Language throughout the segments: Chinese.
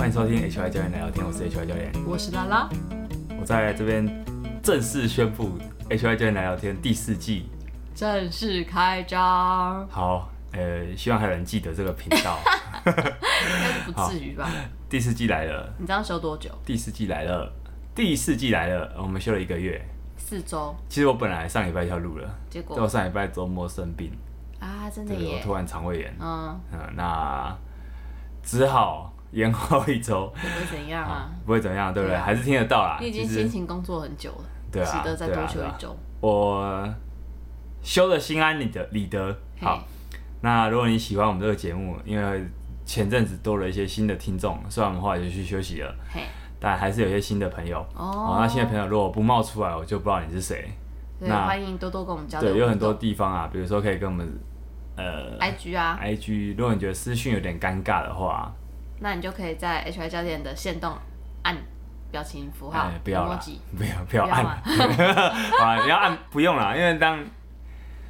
迎收听 HY 教练来聊天，我是 HY 教练。我是拉拉，我在这边正式宣布 HY 教练来聊天第四季正式开张，好，呃，希望还有人记得这个频 道。应该是不至于吧？第四季来了，你这样休多久？第四季来了，第四季来了，我们休了一个月。四周，其实我本来上礼拜就要录了，结但我果上礼拜周末生病，啊，真的哦对，我耶，突然肠胃炎，嗯，嗯，那只好延后一周。也不会怎样啊啊。，不会怎么样，对不对？对啊还是听得到啦。你已经其实辛勤工作很久了，对啊值得再对多啊休对啊一周。我修了心安理得，理得嘿好。那如果你喜欢我们这个节目，因为前阵子多了一些新的听众，虽然我们后来就去休息了，嘿，但还是有一些新的朋友。哦那新的朋友如果不冒出来，我就不知道你是谁。对，那欢迎多多跟我们交流。对，有很多地方啊，比如说可以跟我们呃 IG 啊， IG，如果你觉得私讯有点尴尬的话，那你就可以在 HY 教练的线动按表情符号哎，不要啦 emoji，， 不要不要不要按， 吗啊，你要按不用啦，因为当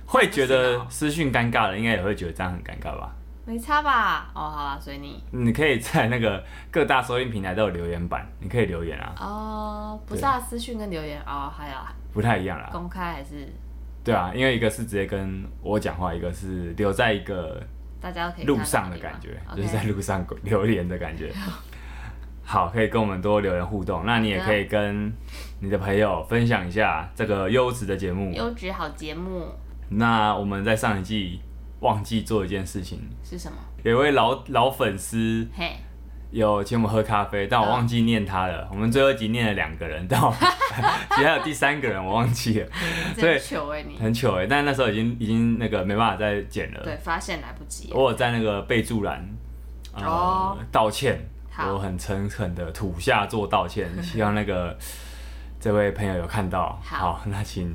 会觉不行得哦私讯尴尬的，应该也会觉得这样很尴尬吧？没差吧？哦，好啦，随你。你可以在那个各大收音平台都有留言板，你可以留言啊，哦，不是啊，私讯跟留言哦，还有啊不太一样啦。公开还是对啊，因为一个是直接跟我讲话，一个是留在一个大家都可以路看到上的你嘛感觉， OK 就是在路上留言的感觉。好，可以跟我们多留言互动，那你也好的可以跟你的朋友分享一下这个优质的节目。优质好节目那我们在上一季忘记做一件事情，是什么？有一位老老粉丝嘿，有请我们喝咖啡，但我忘记念他了。嗯我们最后一集念了两个人，但我 其实还有第三个人我忘记了，你对真糗哎你！很糗哎、但那时候已经已经那个没办法再剪了。对，发现来不及了。我有在那个备注栏，呃，哦道歉，好我很诚恳的土下做道歉， 希望那个这位朋友有看到。好那请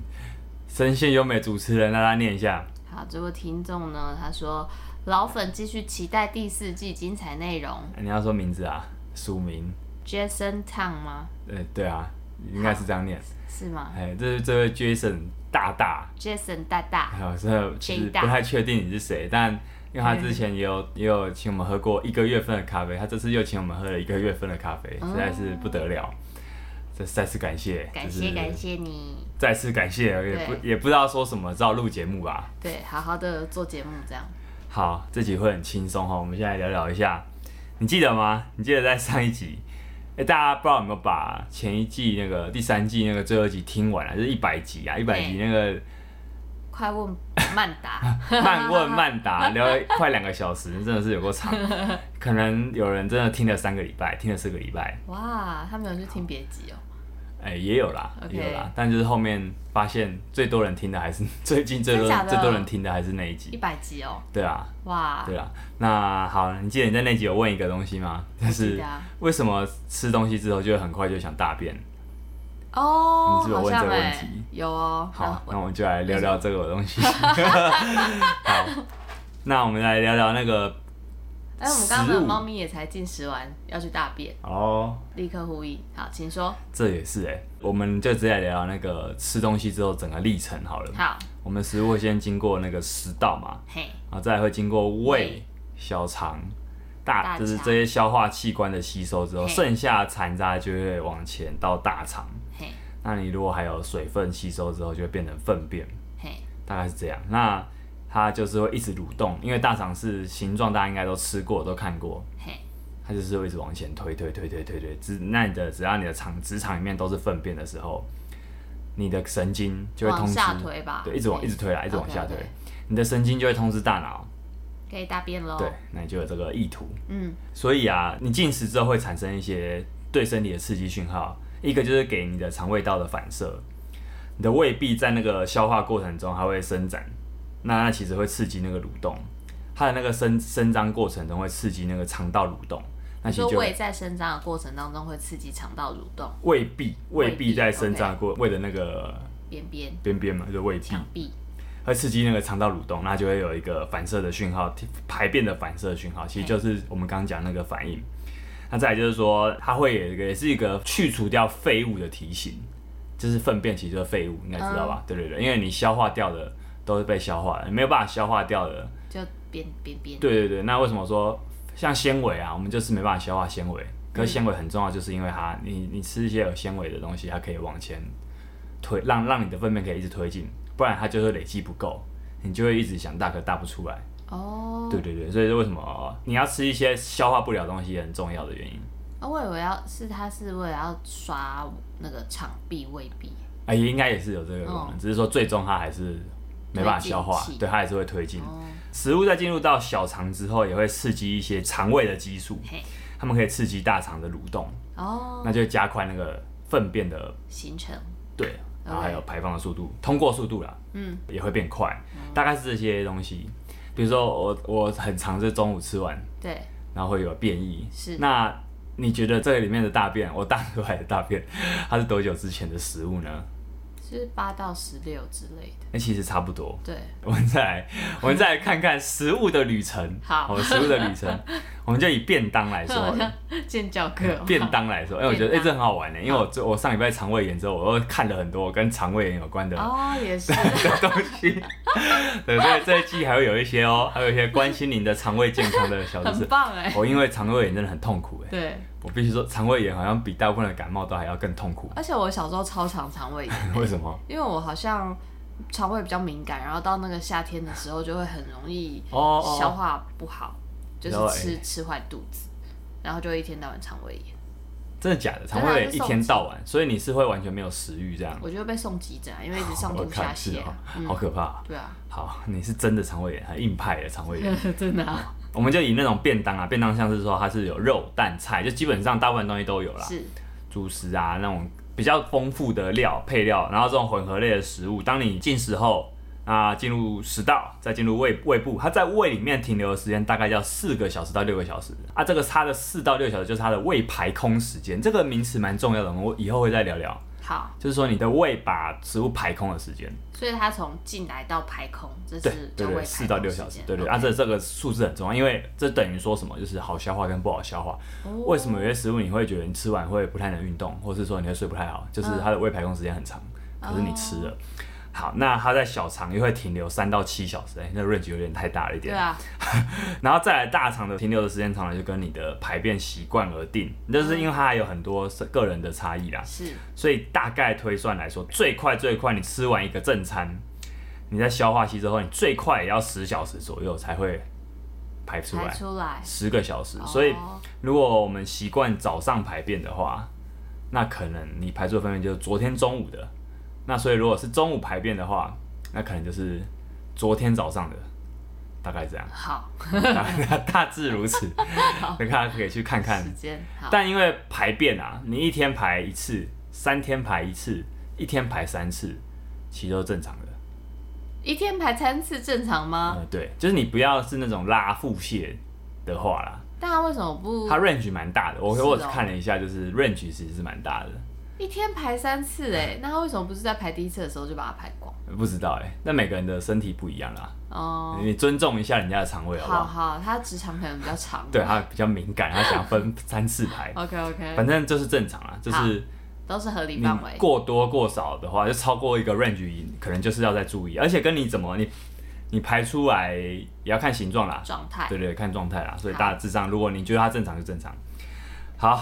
声线优美主持人让他念一下。好，这位听众呢，他说老粉继续期待第四季精彩内容。你要说名字啊，署名， Jason Tang 吗？呃，对啊，应该是这样念。是吗哎，这是这位 Jason 大大， ？Jason 大大，还有哎这其实 J 大不太确定你是谁，但因为他之前也嗯有也有请我们喝过一个月份的咖啡，他这次又请我们喝了一个月份的咖啡，哦实在是不得了。这再次感谢，感就是谢感谢你，再次感谢，也不对也不知道说什么，只好录节目吧。对，好好的做节目这样。好，这集会很轻松哈。我们现在聊聊一下，你记得吗？你记得在上一集，哎、大家不知道有没有把前一季那个第三季那个最后一集听完啊？就是一百集啊，一百集那个快问曼 达， 慢问慢答，聊了快两个小时，真的是有够长。可能有人真的听了三个礼拜，听了四个礼拜，哇，他没有去听别集哦。哎、也有 啦 OK 也有啦。但就是后面发现最多人听的还是 最近最多真假的最多人听的还是那一一集。百集哦，对啊，哇，对啊。那好，你记得你在那集有问一个东西吗？就记是得啊为什么吃东西之后就会很快就想大 便？哦，你是不是有好问这像个问哎题有哦，好，啊那那我我们就来聊聊这个 东西。好，那我们来聊聊那个哎，我们刚刚食的物猫咪也才进食完，要去大便，哦，立刻呼应。好，请说。这也是哎、我们就直接来聊聊那个吃东西之后整个历程好了。好，我们食物会先经过那个食道嘛，嘿，然后再来会经过胃胃、小肠、大，大就是肠这些消化器官的吸收之后，嘿剩下的残渣就会往前到大肠。嘿，那你如果还有水分吸收之后，就会变成粪便，嘿，大概是这样。那它就是会一直蠕动，因为大肠是形状，大家应该都吃过、都看过，嘿，它就是会一直往前推推推推推推，只那你的只要你的肠直肠里面都是粪便的时候，你的神经就会通往知，下推吧。对，一直往一直推啦，一直往下推 OK，OK 你的神经就会通知大脑，可以大便喽。对，，那你就有这个意图。嗯，所以啊，你进食之后会产生一些对身体的刺激讯号，一个就是给你的肠胃道的反射，你的胃壁在那个消化过程中还会伸展，那那其实会刺激那个蠕动，它的那个伸伸张过程中会刺激那个肠道蠕动，那其实说就胃在生长的过程当中会刺激肠道蠕动，胃壁胃胃壁壁在伸张过胃的那个边边、边边嘛，就是胃壁墙壁。会刺激那个肠道蠕动，那就会有一个反射的讯号，排便的反射讯号，其实就是我们刚刚讲那个反应。那再来就是说，它会有一个也是一个去除掉废物的提醒，就是粪便其实就是废物，应该知道吧？对对对，因为你消化掉的都是被消化了，你没有办法消化掉的。就边边边，对对对，那为什么说像纤维啊，我们就是没办法消化纤维，嗯可是纤维很重要，就是因为它，你你吃一些有纤维的东西，它可以往前推，让让你的粪便可以一直推进，不然它就会累积不够，你就会一直想大可大不出来。哦，对对对，所以是为什么你要吃一些消化不了东西很重要的原因。啊，我以为要是他是为了要刷那个肠壁胃壁，啊，也应该也是有这个功能，只是说最终它还是没办法消化哦推进器，对，它还是会推进。哦，食物在进入到小肠之后，也会刺激一些肠胃的激素，嘿，它们可以刺激大肠的蠕动，哦，那就加快那个粪便的形成，对，然后还有排放的速度、通过速度啦，嗯，也会变快。大概是这些东西，比如说我我很常是中午吃完，对，然后会有便意。是那你觉得这个里面的大便，我大出来的大便， 它是多久之前的食物呢？就是八到十六之类的，那其实差不多。对，我们再来，我们再来看看食物的旅程。好哦食物的旅程，我们就以便当来说好好了。像 建教课哦，便当来说，哎、我觉得哎、便当这很好玩呢，因为我这我上礼拜肠胃炎之后，我又看了很多跟肠胃炎有关的哦，也是，的东西。对，所以这一季还会有一些哦，还有一些关心您的肠胃健康的小知 很识。哦棒哎，我因为肠胃炎真的很痛苦哎，对，我必须说肠胃炎好像比大部分的感冒都还要更痛苦。 而且我小时候超常肠胃炎，为什么？因为我好像肠胃比较敏感，然后到那个夏天的时候就会很容易哦哦消化不好，就是对吃吃坏肚子，然后就一天到晚肠胃炎，真的假的？肠胃炎一天到晚，所以你是会完全没有食欲这样。我就会被送急诊啊，因为一直上我吐下看是泻哦啊，，好可怕啊、对啊，好，你是真的肠胃炎，很硬派的肠胃炎。真的啊，我们就以那种便当啊，便当像是说它是有肉、蛋、菜，就基本上大部分东西都有啦，是主食啊那种比较丰富的料配料，然后这种混合类的食物，当你进食后。啊，进入食道，再进入胃胃部，它在胃里面停留的时间大概要四个小时到六个小时啊。这个它的四到六小时就是它的胃排空时间，这个名词蛮重要的，我们以后会再聊聊。好，就是说你的胃把食物排空的时间，所以它从进来到排空，这对是对叫对，胃四排到空六时小时，间哦对对， OK 啊，这这个数字很重要，因为这等于说什么，就是好消化跟不好消化。哦为什么有些食物你会觉得你吃完会不太能运动，或是说你会睡不太好，就是嗯它的胃排空时间很长，可是你吃哦了。好，那它在小肠又会停留三到七小时，哎、那 range 有点太大了一对点。啊，然后再来大肠的停留的时间长了，就跟你的排便习惯而定，嗯就是因为它还有很多是个人的差异啦。是所以大概推算来说，最快最快，你吃完一个正餐，你在消化吸收后，你最快也要十小时左右才会排出排来，出来，十个小时。所以哦，如果我们习惯早上排便的话，那可能你排出的粪便就是昨天中午的。那所以如果是中午排便的话，那可能就是昨天早上的，大概这样好大大致如此。大家可以去看看时间好，但因为排便啊，你一天排一次，三天排一次，一天排三次，其实都是正常的。一天排三次正常吗？呃，对，就是你不要是那种拉腹泻的话啦，但他为什么不它 range 蛮大的。我嗯是哦我看了一下，就是 range 其实是蛮大的。一天排三次、欸？哎，那他为什么不是在排第一次的时候就把它排光？不知道哎、那每个人的身体不一样啦，哦、你尊重一下人家的肠胃好不好好？好，他直肠可能比较长。对，他比较敏感，他想分三次 排， ，OK OK，反正就是正常啦，就是都是合理你范围。过多过少的话，就超过一个 range，可能就是要再注意，而且跟你怎么你你排出来也要看形状啦，状态，对对，看状态啦。所以好大致上，如果你觉得它正常就正常。好，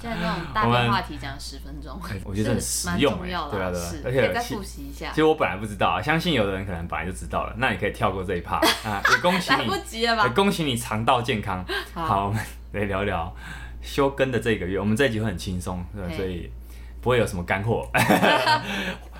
现在这种大我们变话题讲十分钟，我觉得这很实蛮用重哎、要对啊啦对啊是，，而可以且再其复习一下其，实我本来不知道啊，相信有的人可能本来就知道了，那你可以跳过这一 趴啊，也恭喜来你不，及了也吧？恭喜你肠道健康。好哎好，我们来聊聊休更的这个月，我们这一集会很轻松，对，嘿所以不会有什么干 货。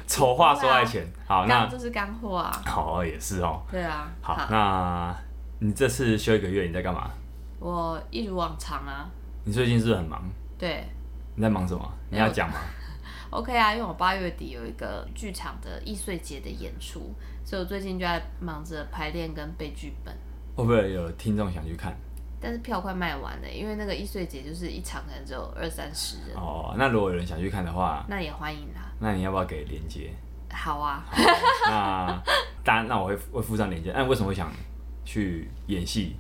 丑话说在前，好，刚刚那就是干货啊，好也是哦。对啊，好，那你这次休一个月，你在干嘛？我一如往常啊，你最近是不是很忙？对你在忙什么？你要讲吗？ ，OK 啊，因为我八月底有一个剧场的易碎节的演出，所以我最近就在忙着排练跟背剧本。会不会有听众想去看？但是票快卖完了，因为那个易碎节就是一场可能只有二三十人，哦，那如果有人想去看的话，那也欢迎啦。那你要不要给链 接？好啊，那当然，那我会会附上链接。那你为什么会想去演戏？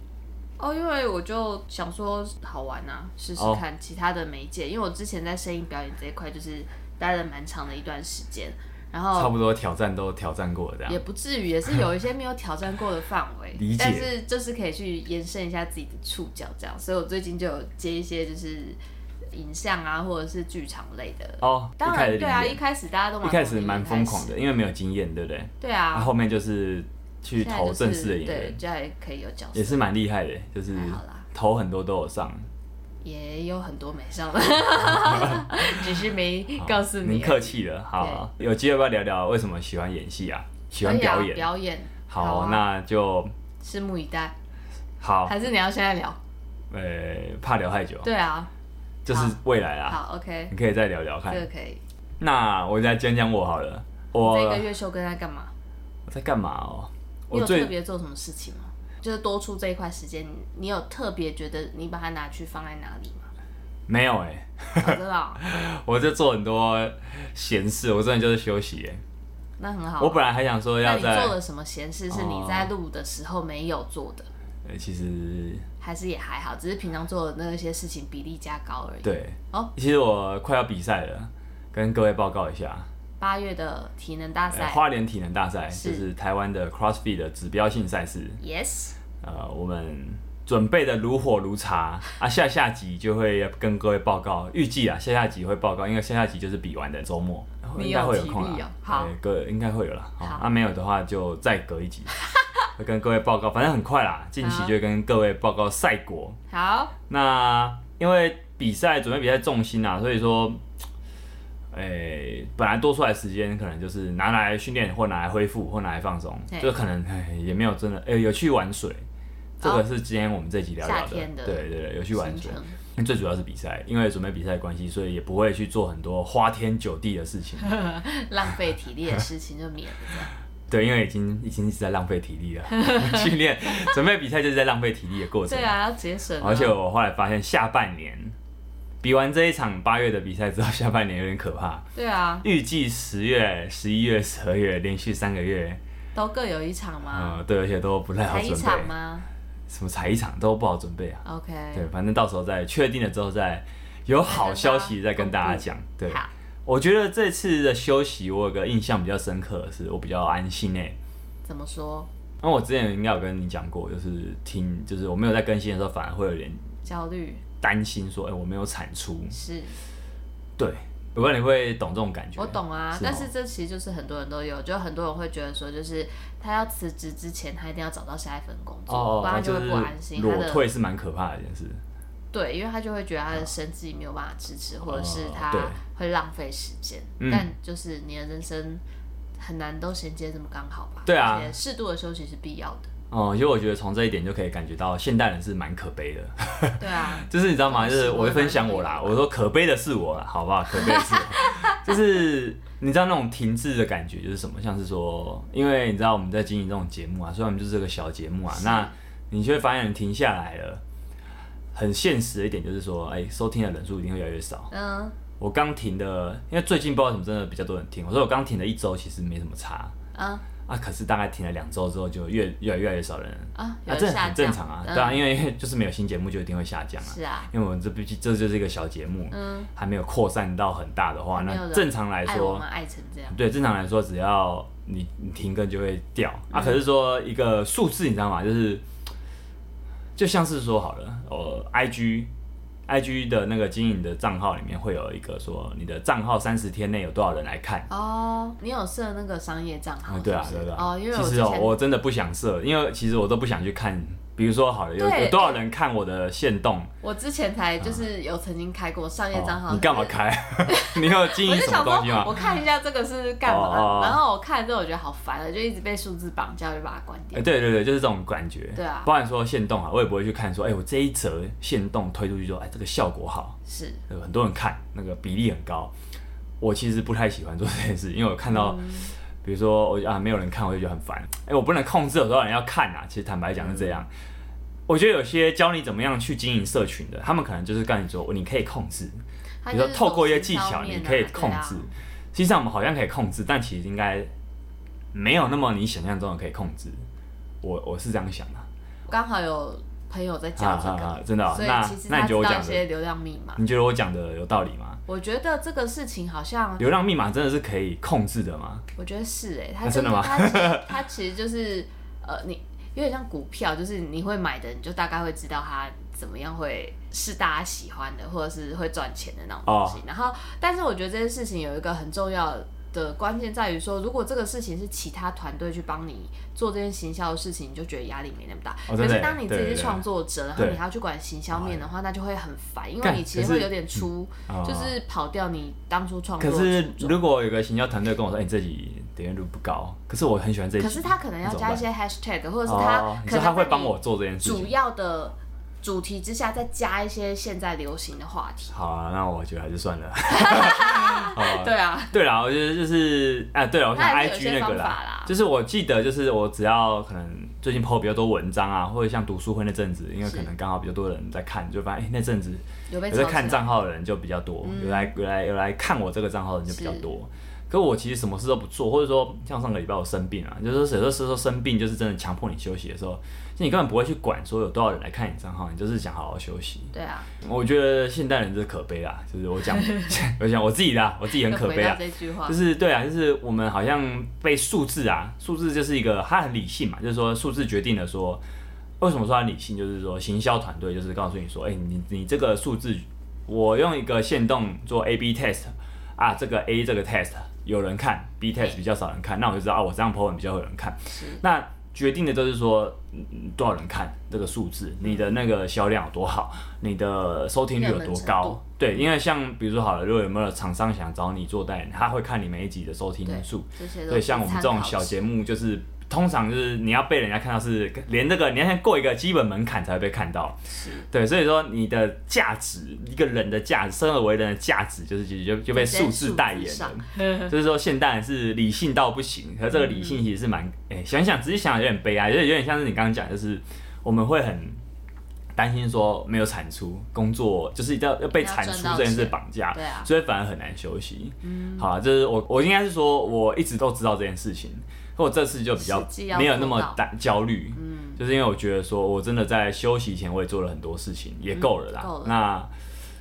哦，因为我就想说好玩啊，试试哦看其他的媒介，因为我之前在声音表演这一块就是待了蛮长的一段时间，然差后不多挑战都挑战过了这样也。不至于，也是有一些没有挑战过的范围理解，但是就是可以去延伸一下自己的触角这样，所以我最近就有接一些就是影像啊，或者是剧场类的。哦，当一开始然，对啊，零一开始大家都一蛮开始疯蛮疯狂，的，因为没有经验，对不对？对他啊，后面就是去现在投就正式的是演对员，，就还可以有角色也，是蛮厉害的，就是还好啦，投很多都有上，也有很多没 上的，只是没告诉您你而已。客气了，好，有机会要不要聊聊为什么喜欢演戏啊？喜欢可以啊表演？表演好好，啊那就拭目以待，好，还是你要现在聊？呃，怕聊太久，对啊，就是未来啦，好，OK，你可以再聊聊看这。个可以。那我再讲讲我好了，我这个月休跟在干嘛？我在干嘛哦？你我有特最别做什么事情吗？就是多出这一块时间，你你有特别觉得你把它拿去放在哪里 吗？没有哎、哦真的哦，我就做很多闲事，我真的就是休息哎、那很好啊。我本来还想说那要你在，哦做了什么闲事是你在录的时候没有做的，呃其实还是也还好，只是平常做的那些事情比例加高而已。对，哦，其实我快要比赛了，跟各位报告一下，八月的体能大呃、赛花莲体能大赛是就是台湾的 CrossFit 的指标性赛事， ，Yes，呃，我们准备的如火如茶啊，下下集就会跟各位报告，预计啊下下集会报告，因为下下集就是比完的周末，你有应该会有体空力啦哦，好呃各应该会有啦，好好啊没有的话就再隔一集，会跟各位报告，反正很快啦，近期就会跟各位报告赛果。好，那因为比赛准备比赛重心啊，所以说，诶、本来多出来的时间可能就是拿来训练，或拿来恢复，或拿来放松，对就可能唉也没有真的，诶、哎有去玩水，这个是今天我们这集聊聊哦夏天的对对对，有去玩行水。程那最主要是比赛，因为准备比赛的关系，所以也不会去做很多花天酒地的事 情。浪费体力的事情就 免了这样。对，因为已经已经是在浪费体 力了，训练准备比赛就是在浪费体力的过程。对啊，要节省啊。而且我后来发现，下半年比完这一场八月的比赛之后， 下半年有点可怕。对啊，预计十月、十一月、十二月连续三个月，都各有一场吗？呃，对，而且都不太好才准一备。场吗什么才一场都不好准备啊。 ？OK，对，反正到时候再确定了之后再有好消息再跟大家讲。对，好，我觉得这次的休息，我有个印象比较深刻的是，我比较安心诶、怎么说因为我之前应该有跟你讲过，就是听，就是我没有在更新的时候，反而会有点焦虑担心说，哎、我没有产出。是？对，我不知道你会懂这种感觉。我懂啊，是哦但是这其实就是很多人都有，就很多人会觉得说，就是他要辞职之前，他一定要找到下一份工作，哦，不然他就就会是不安心。他裸的退是蛮可怕的一件事。对，因为他就会觉得他的生计没有办法支持，或者是嗯他哦对会浪费时间。嗯但就是你的人生很难都衔接这么刚好吧？对啊而且适度的休息是必要 的。哦、其实我觉得从这一点就可以感觉到现代人是蛮可悲的， 对啊，就是你知道吗？哦就是是我会分享我啦，我我说可悲的是我啦，好不好？可悲的是 我，就是你知道那种停滞的感觉就是什么？像是说，因为你知道我们在经营这种节目啊，虽然我们就是这个小节目啊，是那你就会发现你停下来了，很现实的一点就是说，哎、收听的人数一定会越来越少。嗯，我刚停的，因为最近不知道为什么真的比较多人听，我说我刚停了一周，其实没什么差啊啊，可是大概停了两周之后，就越越来越来越少人，啊，有啊，人这下很降正常啊，嗯对啊，因为因为就是没有新节目就一定会下降啊，是啊，因为我们这毕竟这就是一个小节目，嗯，还没有扩散到很大的话，还没有那人正常来爱我说们，爱成这样，对，正常来说，只要你你停更就会掉嗯啊。可是说一个数字，你知道吗？就是就像是说好了，呃，I G I G 的那个经营的账号里面会有一个说你的账号三十天内有多少人来看。哦，你有设那个商业账号啊是不是？对啊，对啊对啊。哦，因为其之实前哦，我真的不想设，因为其实我都不想去看。比如说好了，有对有多少人看我的限动？我之前才就是有曾经开过商业账嗯号、哦你干嘛就是开？ 你有经我营就什么想东西说吗，？我看一下这个是干嘛，哦哦哦然后我看了之后我觉得好烦了，就一直被数字绑架，就把它关哎、掉。对对对，就是这种感觉。对啊包含说限动啊，我也不会去看说，哎、我这一则限动推出去说，哎、这个效果好，是，有很多人看，那个比例很高。我其实不太喜欢做这件事，因为我看到，嗯比如说我啊没有人看，我就觉得很烦。哎、我不能控制有多少人要看啊。其实坦白讲是这样。嗯我觉得有些教你怎么样去经营社群的，他们可能就是跟你说，哦你可以控制，它比就如是说透过一些走技行销巧，面你啊可以控制。对实啊际上我们好像可以控制，但其实应该没有那么你想象中的可以控制。我我是这样想的、我刚好有朋友在啊讲这啊个，啊！真的哦、所以那其实那他你觉知得我道一讲些的，流量密码。你觉得我讲的有道理吗？我觉得这个事情好像，流量密码真的是可以控制的吗？我觉得是啊哎、他真的吗他他其实就是呃，你有点像股票，就是你会买的，你就大概会知道它怎么样会是大家喜欢的，或者是会赚钱的那种东哦西。然后，但是我觉得这件事情有一个很重要的关键在于说，如果这个事情是其他团队去帮你做这件行销的事情，你就觉得压力没那么大。哦真的可是耶当你自对己对是对创作者，然后对你还要去管行销面的话，那就会很烦，因为干你其可实是会有点出，哦就是跑掉你当初创作可的是初衷。如果有个行销团队跟我说，哎、你这集点阅率不高，可是我很喜欢这集，可是他可能要加一些 hashtag，或怎者是么他办，哦哦、你说可能他会在帮你我做这件事主情。要的主题之下再加一些现在流行的话题。好啊，那我觉得还是算了。对啊，对啦，我觉得就是啊，对了，我想那还是有 IG 些那个方法啦就是我记得就是我只要可能最近 PO 比较多文章啊，或者像读书会那阵子，因为是可能刚好比较多人在看，就发现哎、那阵子有被有抄在袭嗯看到账号的人就比较多，有来有来有来看我这个账号的人就比较多。可我其实什么事都不做，或者说像上个礼拜我生病啊，就是说有时候生病就是真的强迫你休息的时候，就你根本不会去管说有多少人来看你账号，你就是想好好休息。对啊，我觉得现代人真是可悲啦，就是我讲 我讲我自己的啊，我自己很又可回悲到啊。这句话就，是对啊，就是我们好像被数字啊，数字就是一个它很理性嘛，就是说数字决定了说，为什么说它理性，就是说行销团队就是告诉你说，哎、你你这个数字，我用一个线动做 A B test 啊，这个 A 这个 test 有人看，B test 比较少人看，那我就知道啊，我这样 po 文比较有人看，是那决定的就是说嗯多少人看这个数字，你的那个销量有多好，你的收听率有热门多程高度。对，因为像比如说好了，如果有没有厂商想找你做代言，他会看你每一集的收听对数。这些都对，是像我们参这种考小值节目，就是通常就是你要被人家看到是连这个你要先过一个基本门槛才会被看到。是对，所以说你的价值，一个人的价值，生而为人的价值，就是就就就被就在数字数代字言上嗯了。就是说，现代人是理性到不行，可是这个理性其实是蛮，哎、想想仔细想，有点悲哀，就是有点像是你刚刚讲，就是我们会很担心说没有产出，工作就是要要被要产赚出到这件事钱绑架，对啊嗯所以反而很难休息。好啊，就是我我应该是说，我一直都知道这件事情，可我这次就比较实际要没有那做么到嗯担焦虑，就是因为我觉得说我真的在休息前我也做了很多事情，也够了啦。嗯够了那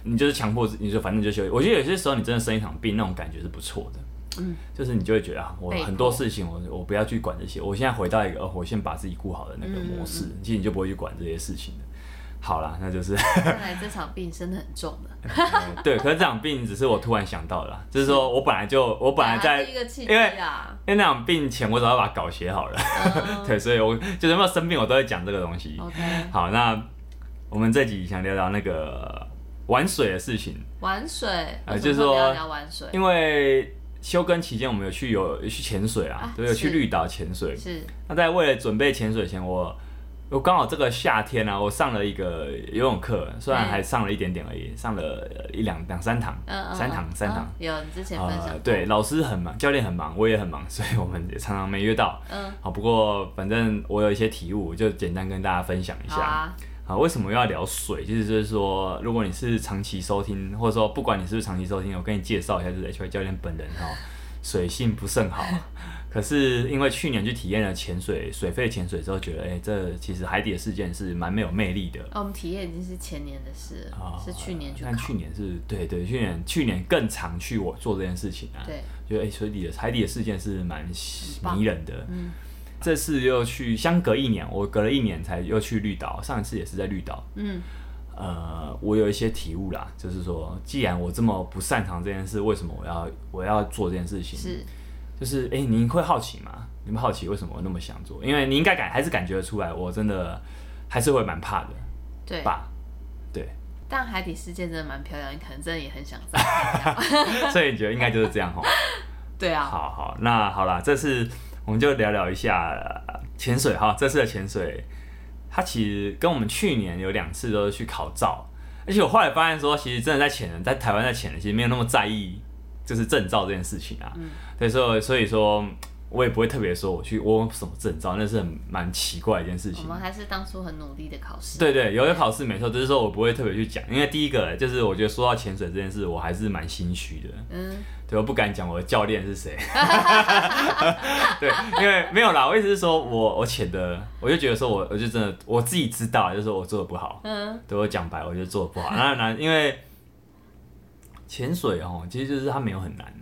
你就是强迫自己，你就反正就休息。我觉得有些时候你真的生一场病，那种感觉是不错的。就是你就会觉得啊，我嗯被迫很多事情我我不要去管这些，我现在回到一个、哦、我先把自己顾好的那个模嗯式，其实你就不会去管这些事情的。好啦，那就是看来这场病生的很重的，对，可是这场病只是我突然想到的啦，就是说我本来就我 本来在啊是一个契因机啊为啦。因为那场病前我早就把稿写好了，嗯 对，所以我就是有没有生病我都会讲这个东西。 OK，好，那我们这集想聊聊那个玩水的事情，玩水，呃为什么就是会说聊聊玩水，因为休耕期间我们有去有有去潜水啊啊，对，有去是绿岛潜水。是那在为了准备潜水前，我我刚好这个夏天啊，我上了一个游泳课，虽然嗯还上了一点点而已，上了呃一两两三堂嗯嗯，，三嗯堂三堂。嗯有你之前分享呃过，对，，老师很忙，教练很忙，我也很忙， 所以我们也常常没约到。嗯，好，不过反正我有一些体悟，就简单跟大家分享一好下。啊，啊，为什么要聊水？其实就是说，如果你是长期收听，或者说不管你是不是长期收听，我跟你介绍一下，就是 H Y 教练本人哈、水性不甚 好。可是因为去年去体验了潜水，水肺潜水之后，觉得哎、这其实海底的事件是蛮没有魅力的。哦我们体验已经是前年的事了，啊是去年去但考去，年是对对，去年去年更常去我做这件事情啊，对，觉得哎，水底的海底的事件是蛮棒嗯迷人的。这次又去相隔一年，我隔了一年才又去绿岛，上一次也是在绿岛，嗯，呃，我有一些体悟啦，就是说，既然我这么不擅长这件事，为什么我要我要做这件事情？是就是哎、诶你会好奇吗？你们好奇为什么我那么想做？因为你应该感还是感觉得出来，我真的还是会蛮怕的对，吧？对，但海底世界真的蛮漂亮，你可能真的也很想 在。所以你觉得应该就是这样吼。对啊，好好，那好啦，这次我们就聊聊一下呃潜水哈。这次的潜水，它其实跟我们去年有两次都是去考照，而且我后来发现说，其实真的在潜人，在台湾在潜人，其实没有那么在意就是证照这件事情啊。嗯对，所以所以说。我也不会特别说我去我有什么证照，那是很蛮奇怪的一件事我情。们还是当初很努力的考试。对对，有的考试没错，只是说我不会特别去讲，因为第一个就是我觉得说到潜水这件事，我还是蛮心虚的。嗯，对，我不敢讲我的教练是谁。 对，因为没有啦，我意思是说我我潜的，我就觉得说我我就真的我自己知道，就是说我做的不好。嗯，对我讲白，我就做的不好。那难，因为潜水哦，其实就是它没有很难。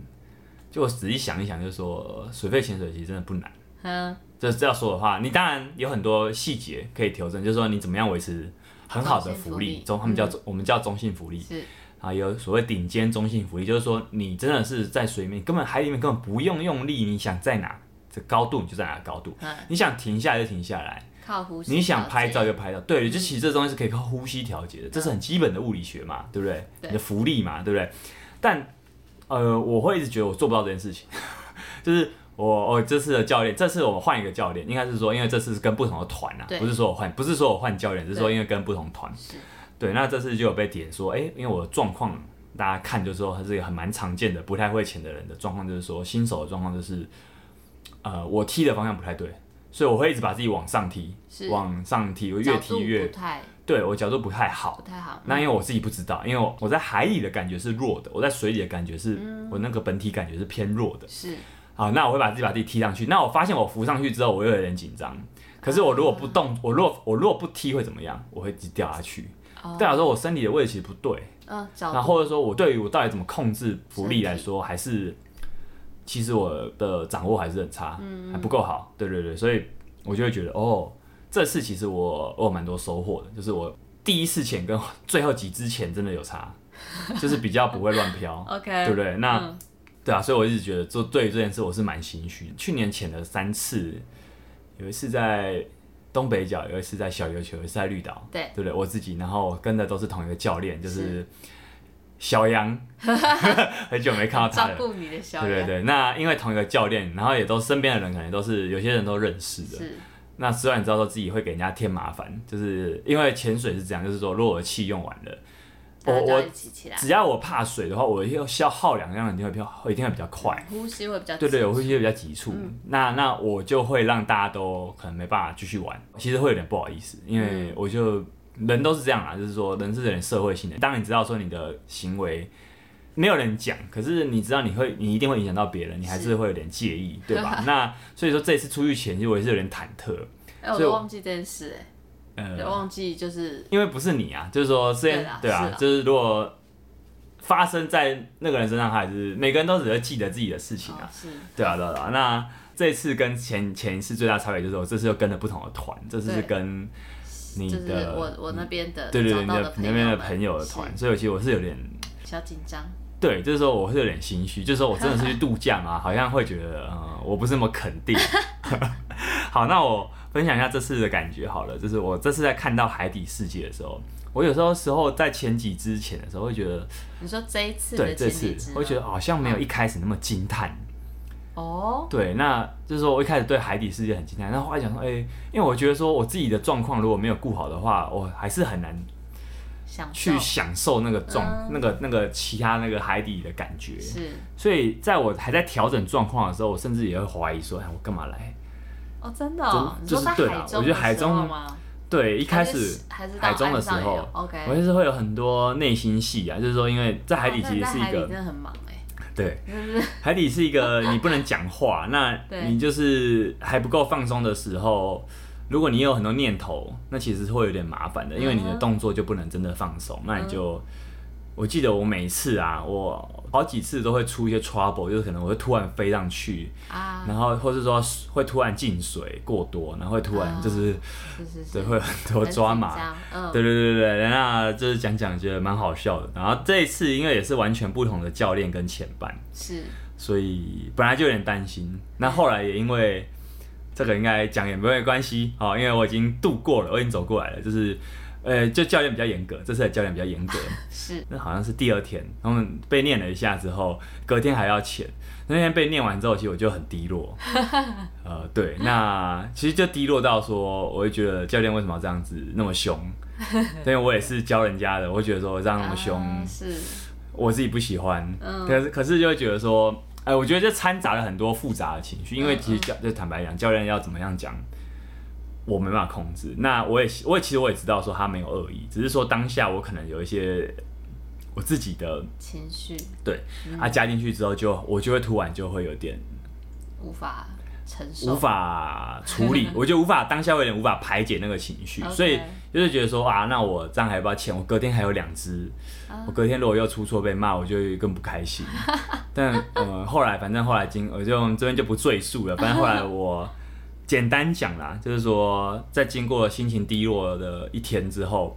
就我仔细想一想，就是说水肺潜水其实真的不难。嗯，这这要说的话，你当然有很多细节可以调整，就是说你怎么样维持很好的福利，中中性福利他们叫嗯中我们叫中性福利是啊，有所谓顶尖中性福利，就是说你真的是在水面根本海里面根本不用用力，你想在哪这高度你就在哪高度，嗯，你想停下来就停下来，靠呼吸。嗯你想拍照就拍照，对，就其实这东西是可以靠呼吸调节的，这是很基本的物理学嘛，对不对？对你的浮力嘛，对不对？但呃，我会一直觉得我做不到这件事情， 就是我我这次的教练，这次我换一个教练，应该是说，因为这次是跟不同的团啊，对不是说我换，不是说我换教练，是说对因为跟不同团，是对，那这次就有被点说，哎、因为我的状况，大家看就是说，还是一个很蛮常见的，不太会潜的人的状况，就是说新手的状况就是，呃，我踢的方向不太对，所以我会一直把自己往上踢是，往上踢，我越角度踢越不，太对我角度不太好不。太好。嗯那因为我自己不知道，因为我我在海里的感觉是弱的，我在水里的感觉是、嗯我那个本体感觉是偏弱的。是好，那我会把自己把自己踢上去。那我发现我浮上去之后，我又有点紧张。可是我如果不动，我若我若不踢会怎么样？我会一直掉下去。哦代表啊说我身体的位置其实不对，嗯，那角度，或者说我对于我到底怎么控制浮力来说，还是其实我的掌握还是很差，还不够好。对对对，所以我就会觉得哦，这次其实我我有蛮多收获的，就是我第一次潜跟 最后几支潜真的有差，就是比较不会乱飘 OK，对不对？那、哦嗯对啊，所以我一直觉得做对于这件事我是蛮心虚的。去年潜了三次，有一次在东北角，有一次在小琉球，有一次在绿岛，对对不对？我自己，然后我跟的都是同一个教练，就是是小杨， 很久没看到他 照了。顾你的小对对人对，那因为同一个教练，然后也都身边的人可能都是有些人都认识的。是那虽然你知道说自己会给人家添麻烦，就是因为潜水是这样，就是说如果我的气用完了，我大家就要我一起起来，只要我怕水的话，我要消耗两量一定会比较一定会比较快。呼吸会比较对对，急我会觉得比较急促。嗯那那我就会让大家都可能没办法继续玩，其实会有点不好意思，因嗯为我就、人都是这样啊，就是说人是有点社会性的。当你知道说你的行为没有人讲，可是你知道你会，你一定会影响到别人，你还是会有点介意，对 吧？那所以说这次出去前，其实我也是有点忐忑，哎，我所以都我忘记这件事，哎，呃，我忘记就是因为不是你啊，就是说虽然对啦对啊，是啊就是如果发生在那个人身上，他还是每个人都只会记得自己的事情啊哦，是对啊，对啊，对啊那这次跟前前一次最大差别就是，我这次又跟了不同的团，这次是对跟你就是的我我那边的对对对找你到的的你朋那友边的们朋友的是团，所以其实我是有点小紧张，对，就是说我是有点心虚，就是说我真的是去 度假嘛，好像会觉得嗯，我不是那么肯定。 好，那我分享一下这次的感觉好了，就是我这次在看到海底世界的时候，我有时候时候在前几之前的时候会觉得，你说这一次对的这前几次支吗，嗯会觉得好像没有一开始那么惊叹。哦，对，那就是说我一开始对海底世界很惊叹，但后来想说，哎、因为我觉得说我自己的状况如果没有顾好的话，我还是很难享受去享受那个状、嗯那个那个其他那个海底的感觉。是所以在我还在调整状况的时候，我甚至也会怀疑说，哎，我干嘛来？哦，真的哦，真你就说是在对啦海中我觉得的海时中候吗？对，一一开始还是到海中的岸时上也候有，，OK，我就是会有很多内心戏啊，就是说，因为在海底哇其那实在是一海里个真的很忙哎，对，是 不是？海底是一 个你不能讲话，那对你就是还不够放松的时候，如果你有很多念头，那其实会有点麻烦的，因为你的嗯哼嗯动作就不能真的放松，那你就。我记得我每一次啊，我好几次都会出一些 trouble，就是可能我会突然飞上去，啊，然后或是说会突然进水过多，然后会突然就是、是是对是，会有很多啊很抓紧马，张，嗯，对对对对对，那就是讲讲觉得蛮好笑的。然后这一次因为也是完全不同的教练跟前伴，是所以本来就有点担心。那后来也因为这个应该讲也没有关系，好、因为我已经度过了，我已经走过来了，就是。呃，就教练比较严格，这次的教练比较严格。 是那好像是第二天，他们被念了一下之后，隔天还要潜。那天被念完之后，其实我就很低落。呃，对，那其实就低落到说，我会觉得教练为什么要这样子那么凶？因为我也是教人家的，我会觉得说这样那么凶，啊是我自己不喜欢，嗯可是可是就会觉得说，哎、我觉得这掺杂了很多复杂的情绪，因为嗯其实教，就坦白讲，教练要怎么样讲，我没办法控制。那我也我也其实我也知道说他没有恶意，只是说当下我可能有一些我自己的情绪对，嗯啊加进去之后就我就会突然就会有点无法承受，无法处 理，我就无法当下会有点无法排解那个情绪， OK 所以就是觉得说啊，那我这样还要不要签？我隔天还有两只，啊我隔天如果又出错被骂，我就更不开 心。呃但呃，后来反正后来经我就这边就不赘述了，反正后来我简单讲啦，就是说在经过心情低落的一天之后，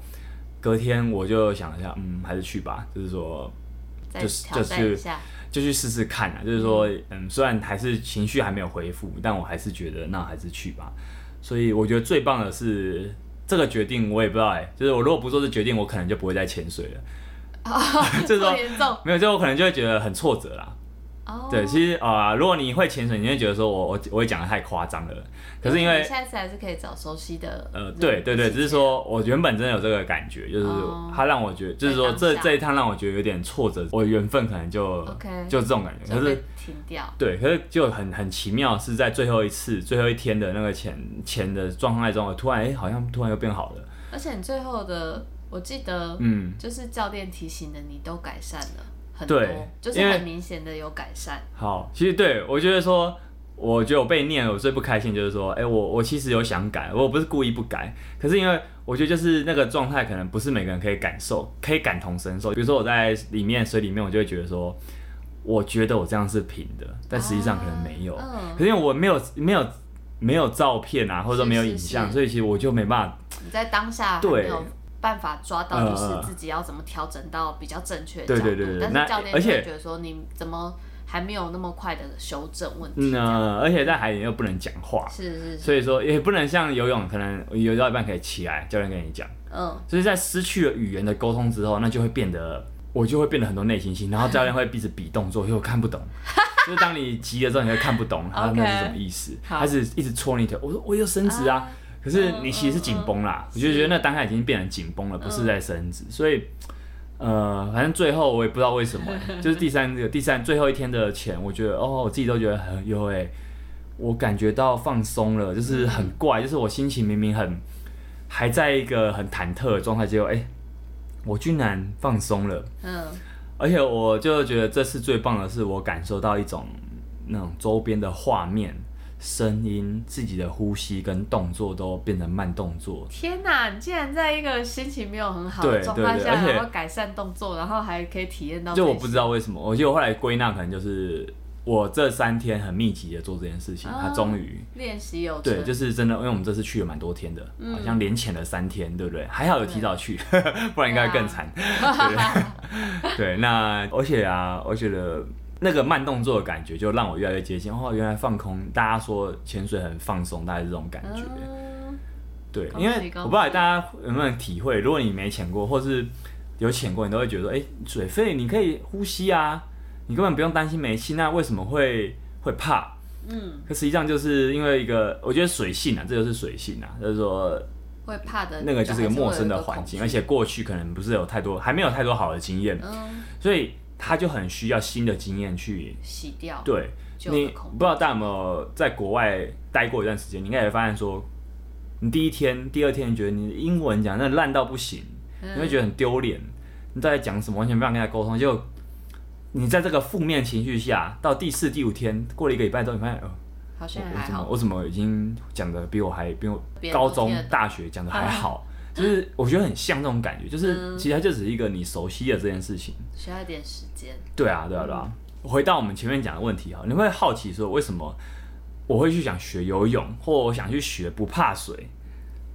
隔天我就想一下，嗯，还是去吧，就是说，再就是挑战一下，就去试试看啊。就是说，嗯，虽然还是情绪还没有恢复，但我还是觉得那还是去吧。所以我觉得最棒的是这个决定，我也不知道哎、就是我如果不做这决定，我可能就不会再潜水了。就 这是说么严重没有，就我可能就会觉得很挫折啦。哦。对，其实啊、呃如果你会潜水，你会觉得说我我我会讲的太夸张了。可是因为下次还是可以找熟悉的，呃，对对对，只是说我原本真的有这个感觉，就是哦他让我觉得，就是说在当这下这一趟让我觉得有点挫折，我缘分可能就 OK 就这种感觉。就可被是停掉，对，可是就很很奇妙，是在最后一次最后一天的那个潜潜的状态中，我突然哎、好像突然又变好了。而且你最后的，我记得，嗯，就是教练提醒的，你都改善了很多对，就是因为很明显的有改善，好，其实对我觉得说，我觉得我被念，我最不开心就是说，哎、我我其实有想改，我不是故意不改，可是因为我觉得就是那个状态，可能不是每个人可以感受，可以感同身受。比如说我在里面水里面，我就会觉得说，我觉得我这样是平的，但实际上可能没有，啊可嗯，是因为我没有没有没有照片啊，或者说没有影像，是是是所以其实我就没办法。你在当下还对没有办法抓到，呃就是自己要怎么调整到比较正确的对角度，对对对但那是教练而就会且觉得说你怎么还没有那么快的修正问题，嗯、呃，而且在海里又不能讲话，是是是，所以说也不能像游泳，可能游到一半可以起来，教练跟你讲。嗯，所以在失去了语言的沟通之后，那就会变得我就会变得很多内心戏，然后教练会一直比动作，因为我看不懂。就是当你急了之后，你会看不懂他 OK 那是什么意思，好他是一直戳你腿。我说我有伸直啊，啊可是你其实是紧绷啦。我就觉得那当下已经变成紧绷了，不是在伸直，所以。呃，反正最后我也不知道为什么，就是第三个第三最后一天的钱，我觉得哦，我自己都觉得很有哎、我感觉到放松了，就是很怪，就是我心情明明很还在一个很忐忑的状态，结果哎、我居然放松了，嗯，而且我就觉得这次最棒的是，我感受到一种那种周边的画面、声音、自己的呼吸跟动作都变成慢动作，天哪！你竟然在一个心情没有很好的对状态对对下，而且然后改善动作，然后还可以体验到就这我些不知道为什么，我觉得我后来归纳可能就是我这三天很密集的做这件事情，啊它终于。练习有对，成就是真的，因为我们这次去了蛮多天的，好像连潜了三天，对不对？还好有提早去， 不然应该会更惨。对对，那而且啊，我觉得那个慢动作的感觉就让我越来越接近。哦，原来放空，大家说潜水很放松，大概是这种感觉。嗯对，恭喜因为恭我不知道喜大家有没有体会，如果你没潜过，或是有潜过，你都会觉得说，哎、水肺你可以呼吸啊，你根本不用担心没气，那为什么会会怕？嗯，可实际上就是因为一个，我觉得水性啊，这就是水性啊，就是说会怕的那个就是一个还会陌生有的一个环恐境，惧而且过去可能不是有太多，还没有太多好的经验，嗯所以他就很需要新的经验去洗掉对旧你的不恐知道大家有没有在国外待过一段时间，你应该也会发现说，你第一天、第二天你觉得你的英文讲得那烂到不行，嗯你会觉得很丢脸，你到底讲什么完全没办法跟他沟通，就你在这个负面情绪下，到第四、第五天过了一个礼拜之后，你发现哦。我好像我嗯还怎么好，我怎么已经讲的比我还比我别人高都中听得懂大学讲的还好，就是我觉得很像这种感觉，就是嗯其实它就只是一个你熟悉的这件事情。需要一点时间。对啊，对啊，对啊。回到我们前面讲的问题哈，你会好奇说为什么我会去想学游泳，或我想去学不怕水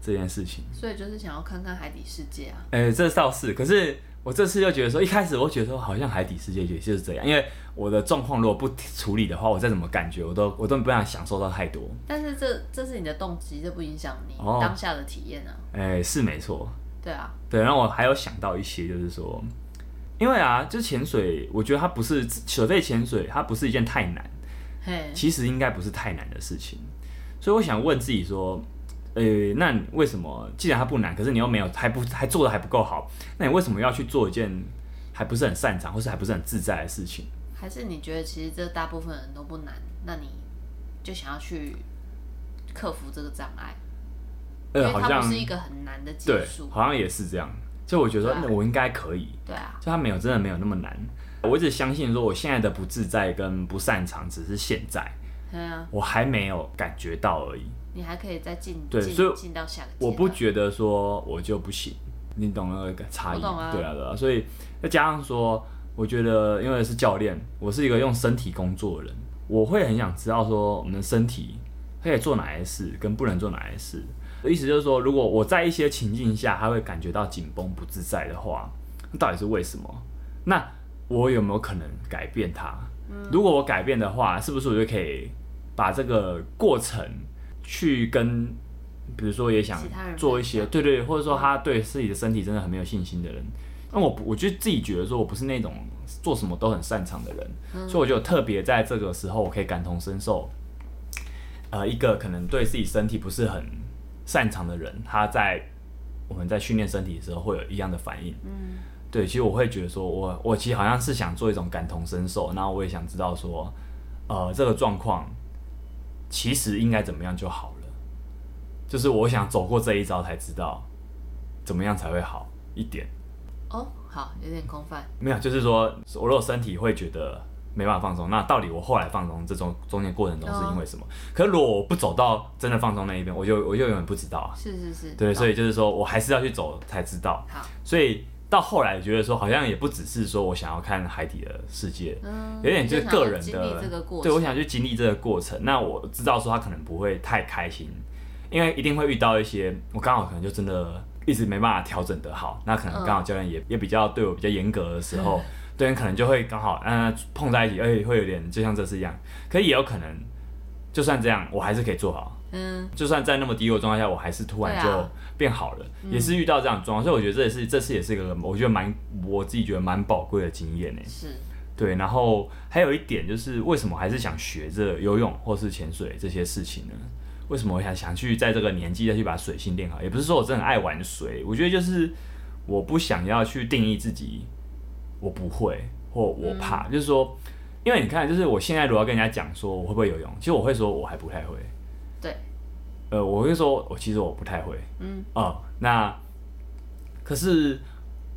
这件事情？所以就是想要看看海底世界啊，哎、这倒是，可是我这次就觉得说，一开始我觉得说好像海底世界也就是这样，因为我的状况如果不处理的话，我再怎么感觉我都我都不想享受到太多。但是这这是你的动机，这不影响你哦当下的体验啊。哎、是没错，对啊，对，然后我还有想到一些，就是说，因为啊，就潜水，我觉得它不是水肺潜水，它不是一件太难，嘿，其实应该不是太难的事情。所以我想问自己说，呃，那你为什么既然它不难，可是你又没有还不还做的还不够好，那你为什么要去做一件还不是很擅长或是还不是很自在的事情？还是你觉得其实这大部分人都不难，那你就想要去克服这个障碍，因呃，为好它不像是一个很难的技对术，。好像也是这样。就我觉得说对啊那我应该可以，对啊，就它没有真的没有那么难。我一直相信说我现在的不自在跟不擅长只是现在。对啊，我还没有感觉到而已。你还可以再进对进所以进到下个阶段。我不觉得说我就不行，你懂那个差异？我懂啊对啊，对啊。所以再加上说，我觉得因为是教练，我是一个用身体工作的人，我会很想知道说我们的身体可以做哪些事，跟不能做哪些事。意思就是说，如果我在一些情境下，他会感觉到紧绷不自在的话，那到底是为什么？那我有没有可能改变它？嗯如果我改变的话，是不是我就可以把这个过程去跟，比如说也想其他人分做一些，享对对，或者说他对自己的身体真的很没有信心的人，嗯那我不我就自己觉得说我不是那种做什么都很擅长的人，嗯所以我就特别在这个时候，我可以感同身受，呃，一个可能对自己身体不是很擅长的人，他在我们在训练身体的时候会有一样的反应。嗯，对，其实我会觉得说我，我其实好像是想做一种感同身受，那我也想知道说，呃，这个状况其实应该怎么样就好了，就是我想走过这一招才知道怎么样才会好一点。哦，好，有点空泛，没有，就是说我如果身体会觉得没办法放松，那到底我后来放松这种中间过程中是因为什么？可是如果我不走到真的放松那一边，我就我就永远不知道啊。是是是，对，所以以就是说我还是要去走才知道。好，所以到后来觉得说，好像也不只是说我想要看海底的世界，嗯，有点就是个人就想要经历这个的过，程，对我想去经历这个过程。那我知道说他可能不会太开心，因为一定会遇到一些我刚好可能就真的一直没办法调整得好，那可能刚好教练也、嗯也比较对我比较严格的时候，对人可能就会刚好嗯、呃碰在一起，而且会有点就像这次一样，可也有可能就算这样，我还是可以做好。嗯，就算在那么低落的状态下，我还是突然对就啊变好了，也是遇到这样的状况，所以我觉得这也是这次也是一个我觉得蛮我自己觉得蛮宝贵的经验呢。欸是，对，然后还有一点就是，为什么还是想学着游泳或是潜水这些事情呢？为什么我想想去在这个年纪再去把水性练好？也不是说我真的很爱玩水，我觉得就是我不想要去定义自己，我不会或我怕，就是说，因为你看，就是我现在如果要跟人家讲说我会不会游泳，其实我会说我还不太会。对，呃，我会说，我其实我不太会嗯，哦。那可是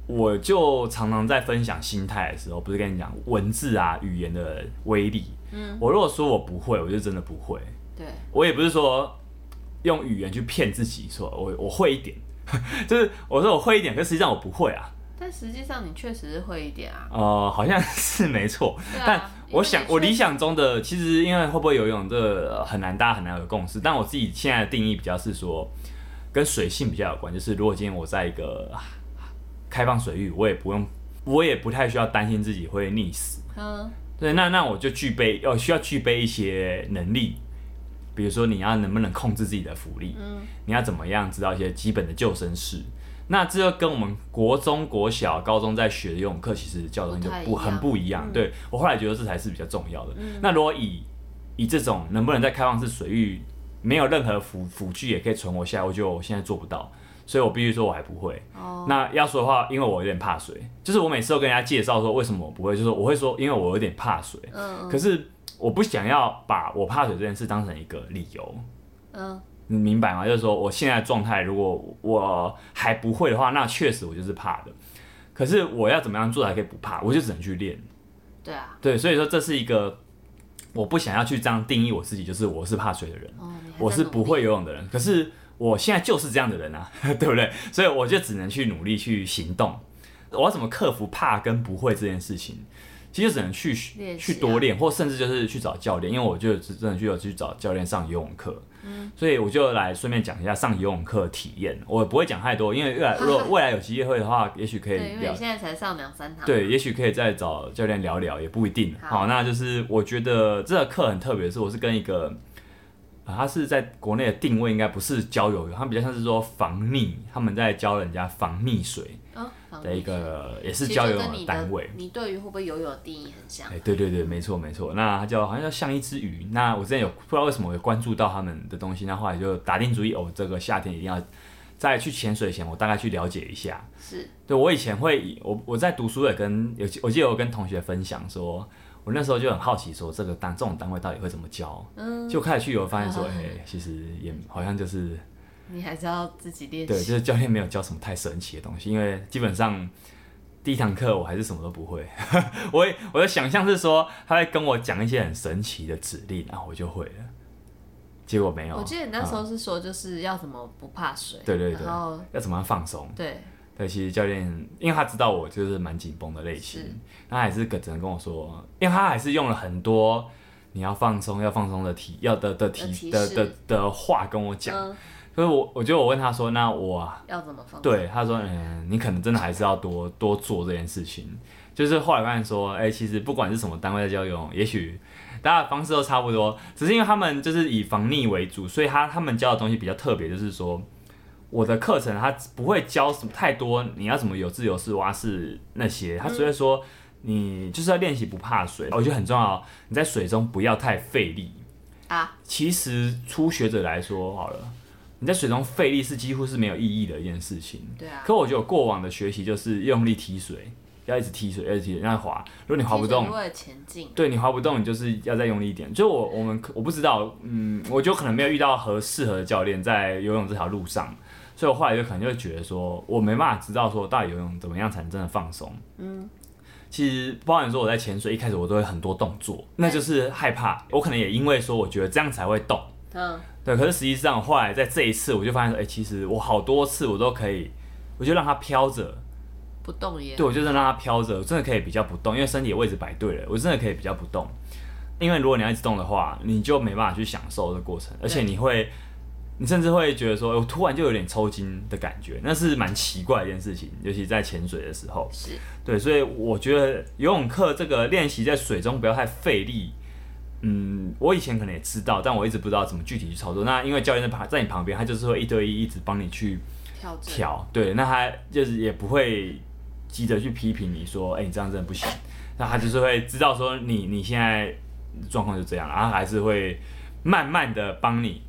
我就常常在分享心态的时候，不是跟你讲文字啊、语言的威力。嗯，我如果说我不会，我就真的不会。对，我也不是说用语言去骗自己，说我我会一点， 就是我说我会一点，可实际上我不会啊。但实际上你确实是会一点啊，呃，好像是没错，对啊但我想因为我理确想中的其实因为会不会游泳这个呃很难，大家很难有共识。但我自己现在的定义比较是说，跟水性比较有关，就是如果今天我在一个啊开放水域，我也不用，我也不太需要担心自己会溺死。嗯，对，那那我就具备哦，需要具备一些能力，比如说你要能不能控制自己的浮力，嗯，你要怎么样知道一些基本的救生事。那这就跟我们国中、国小、高中在学的游泳课，其实教的东西就不不太一样很不一样。嗯对我后来觉得这才是比较重要的。那如果以以这种能不能在开放式水域没有任何辅辅具也可以存活下来，我觉得我现在做不到，所以我必须说我还不会。哦，那要说的话，因为我有点怕水，就是我每次都跟人家介绍说为什么我不会，就是我会说因为我有点怕水，嗯可是我不想要把我怕水这件事当成一个理由，嗯，你明白吗？就是说我现在的状态，如果我还不会的话，那确实我就是怕的。可是我要怎么样做才可以不怕？我就只能去练。对啊，对，所以说这是一个我不想要去这样定义我自己，就是我是怕水的人。哦，你还在我是努不力会游泳的人，可是我现在就是这样的人啊， 对不对？所以我就只能去努力去行动。我要怎么克服怕跟不会这件事情？其实只能去练习啊去多练，或甚至就是去找教练，因为我就真的去有去找教练上游泳课。嗯所以我就来顺便讲一下上游泳课的体验。我不会讲太多，因为未来 如果未来有机会的话，也许可以对，因为聊你现在才上两三堂，，对，也许可以再找教练聊聊，也不一定。好好，那就是我觉得这个课很特别，是我是跟一个，呃他是在国内的定位应该不是教游泳，他比较像是说防溺，他们在教人家防溺水嗯，好的一没事个，也其是实教游就跟泳你单位。你对于会不会游泳的定义很像哎、，对对对，没错没错，那它叫好像叫像一只鱼。那我之前有不知道为什么我有关注到他们的东西，那后来就打定主意，哦，这个夏天一定要在去潜水前，我大概去了解一下。是对我以前会以，我我在读书也跟有，我记得我跟同学分享说，我那时候就很好奇说这个单这种单位到底会怎么教，嗯，就开始去游发现说，啊哎、其实也好像就是你还是要自己练对，就习，是教练没有教什么太神奇的东西，因为基本上第一堂课我还是什么都不会， 我也我的想象是说他会跟我讲一些很神奇的指令，然后我就会了，结果没有。我记得你那时嗯候是说就是要怎么不怕水，对对对然后嗯要怎么样放松？对，对，其实教练，因为他知道我就是蛮紧绷的类是型，他还是只能跟我说，因为他还是用了很多你要放松，要放松的提要的的提的的提示的的话跟我讲。嗯，所以我我觉得我问他说，那我要怎么放？，对他说，嗯，你可能真的还是要多多做这件事情。就是后来发现说，哎、其实不管是什么单位在教游泳，也许大家的方式都差不多，只是因为他们就是以防溺为主，所以他他们教的东西比较特别，就是说。我的课程他不会教什么太多，你要什么有自由式、蛙式那些，他只会说你就是要练习不怕水，哦我觉得很重要。你在水中不要太费力，啊，其实初学者来说，好了，你在水中费力是几乎是没有意义的一件事情。对啊可我觉得我过往的学习就是用力踢水，要一直踢水，要一直踢水，让它滑。如果你滑不其实动，为了前进，对你滑不动，你就是要再用力一点。就我我们我不知道，嗯，我就可能没有遇到合适合的教练在游泳这条路上，所以我后来就可能就觉得说，我没办法知道说到底游泳怎么样才能真的放松。嗯，其实包含说我在潜水一开始我都会很多动作，那就是害怕。我可能也因为说我觉得这样才会动，嗯，对。可是实际上后来在这一次我就发现说，哎、其实我好多次我都可以，我就让它飘着。不动也对，我就是让它飘着，我真的可以比较不动，因为身体的位置摆对了，我真的可以比较不动。因为如果你要一直动的话，你就没办法去享受这个过程，而且你会，你甚至会觉得说，我突然就有点抽筋的感觉，那是蛮奇怪的一件事情，尤其在潜水的时候。是对，所以我觉得游泳课这个练习在水中不要太费力。嗯，我以前可能也知道，但我一直不知道怎么具体去操作。那因为教练在旁在你旁边，他就是会一对一一直帮你去跳着，调，对，那他就是也不会急着去批评你说，哎、你这样真的不行，那他就是会知道说你你现在状况就这样，然后还是会慢慢的帮你，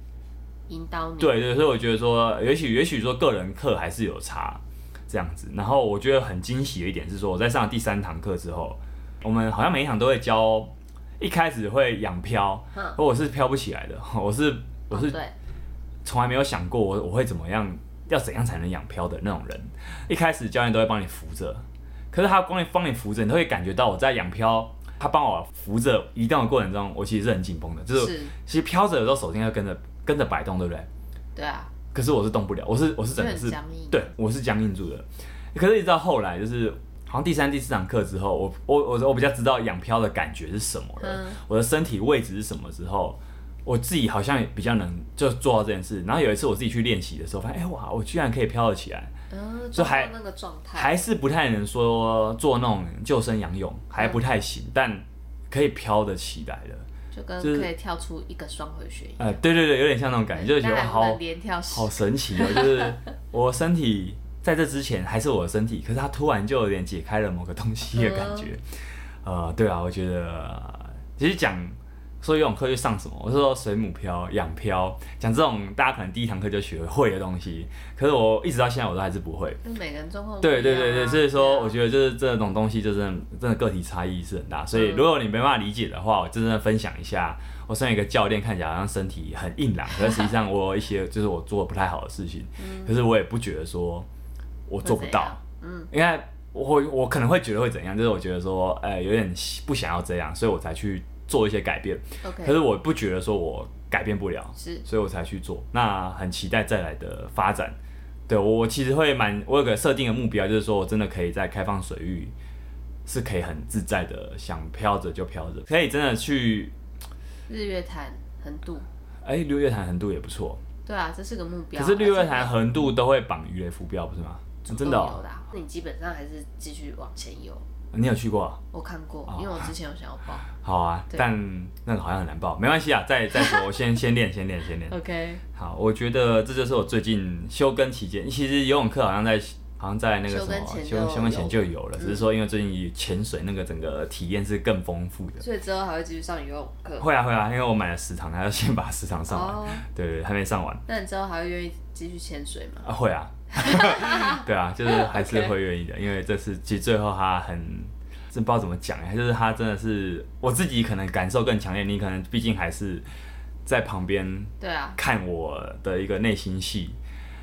引导你，对对，所以我觉得说，也许也许说个人课还是有差这样子，然后我觉得很惊喜的一点是说，我在上了第三堂课之后，我们好像每一堂都会教，一开始会仰漂，嗯，我是飘不起来的， 我是我是哦对，从来没有想过我我会怎么样，要怎样才能养漂的那种人。一开始教练都会帮你扶着，可是他光帮你扶着，你都会感觉到我在养漂，他帮我扶着移动的过程中，我其实是很紧绷的，就是是，其实飘着的时候手心要跟着跟着摆动，对不对？对啊，可是我是动不了，我是我是就整很个是僵硬，对，我是僵硬住的。可是一直到后来，就是好像第三、第四堂课之后，我我我我比较知道仰漂的感觉是什么了，嗯我的身体位置是什么之后，我自己好像也比较能就做到这件事。然后有一次我自己去练习的时候，发现哎、哇，我居然可以飘得起来，嗯，就还抓到那个状态，还是不太能说做那种救生仰泳，还不太行，嗯但可以飘得起来了。就跟就是可以跳出一个双回旋一样，呃，对对对，有点像那种感觉，就是觉当得然不好能连跳十好神奇哦！就是我身体在这之前还是我的身体，可是它突然就有点解开了某个东西的感觉。呃，对啊，我觉得其实讲说游泳课去上什么，我是说水母漂、仰漂，讲这种大家可能第一堂课就学会的东西，可是我一直到现在我都还是不会。就每个人状况不一样对啊对对对，所以说我对啊觉得就是这种东西，就真的真的个体差异是很大。嗯所以如果你没办法理解的话，我真的分享一下，我身为一个教练，看起来好像身体很硬 朗，可是实际上我有一些就是我做的不太好的事情，可是我也不觉得说我做不嗯会怎到样，嗯，因为我我可能会觉得会怎样，就是我觉得说，呃，有点不想要这样，所以我才去做一些改变。 ，OK，可是我不觉得说我改变不了，是所以我才去做。那很期待再来的发展。对我，我其实会蛮，我有个设定的目标，就是说我真的可以在开放水域是可以很自在的，想飘着就飘着，可以真的去，日月潭横渡，哎、绿月潭横渡也不错。对啊，这是个目标。可是绿月还潭横渡都会绑鱼雷浮标，不是吗？是真的、主动哦游，啊那你基本上还是继续往前游。你有去过啊、我看过哦，因为我之前有想要 报。好啊，对但那个好像很难报，没关系啊，再再说，我先先练，先练，先练。 OK，好，我觉得这就是我最近休耕期间，其实游泳课好像在好像在那个什休耕么前休就休耕前有嗯就有了，只是说因为最近潜水那个整个体验是更丰富的。所以之后还会继续上游泳课。会啊会啊，因为我买了十堂，还要先把十堂上完，哦， 对对，对还没上完那你之后还会愿意继续潜水吗？啊会 啊，对啊，就是还是会愿意的，因为这次其实最后他很。真不知道怎么讲哎，就是他真的是我自己可能感受更强烈，你可能毕竟还是在旁边对啊，看我的一个内心戏，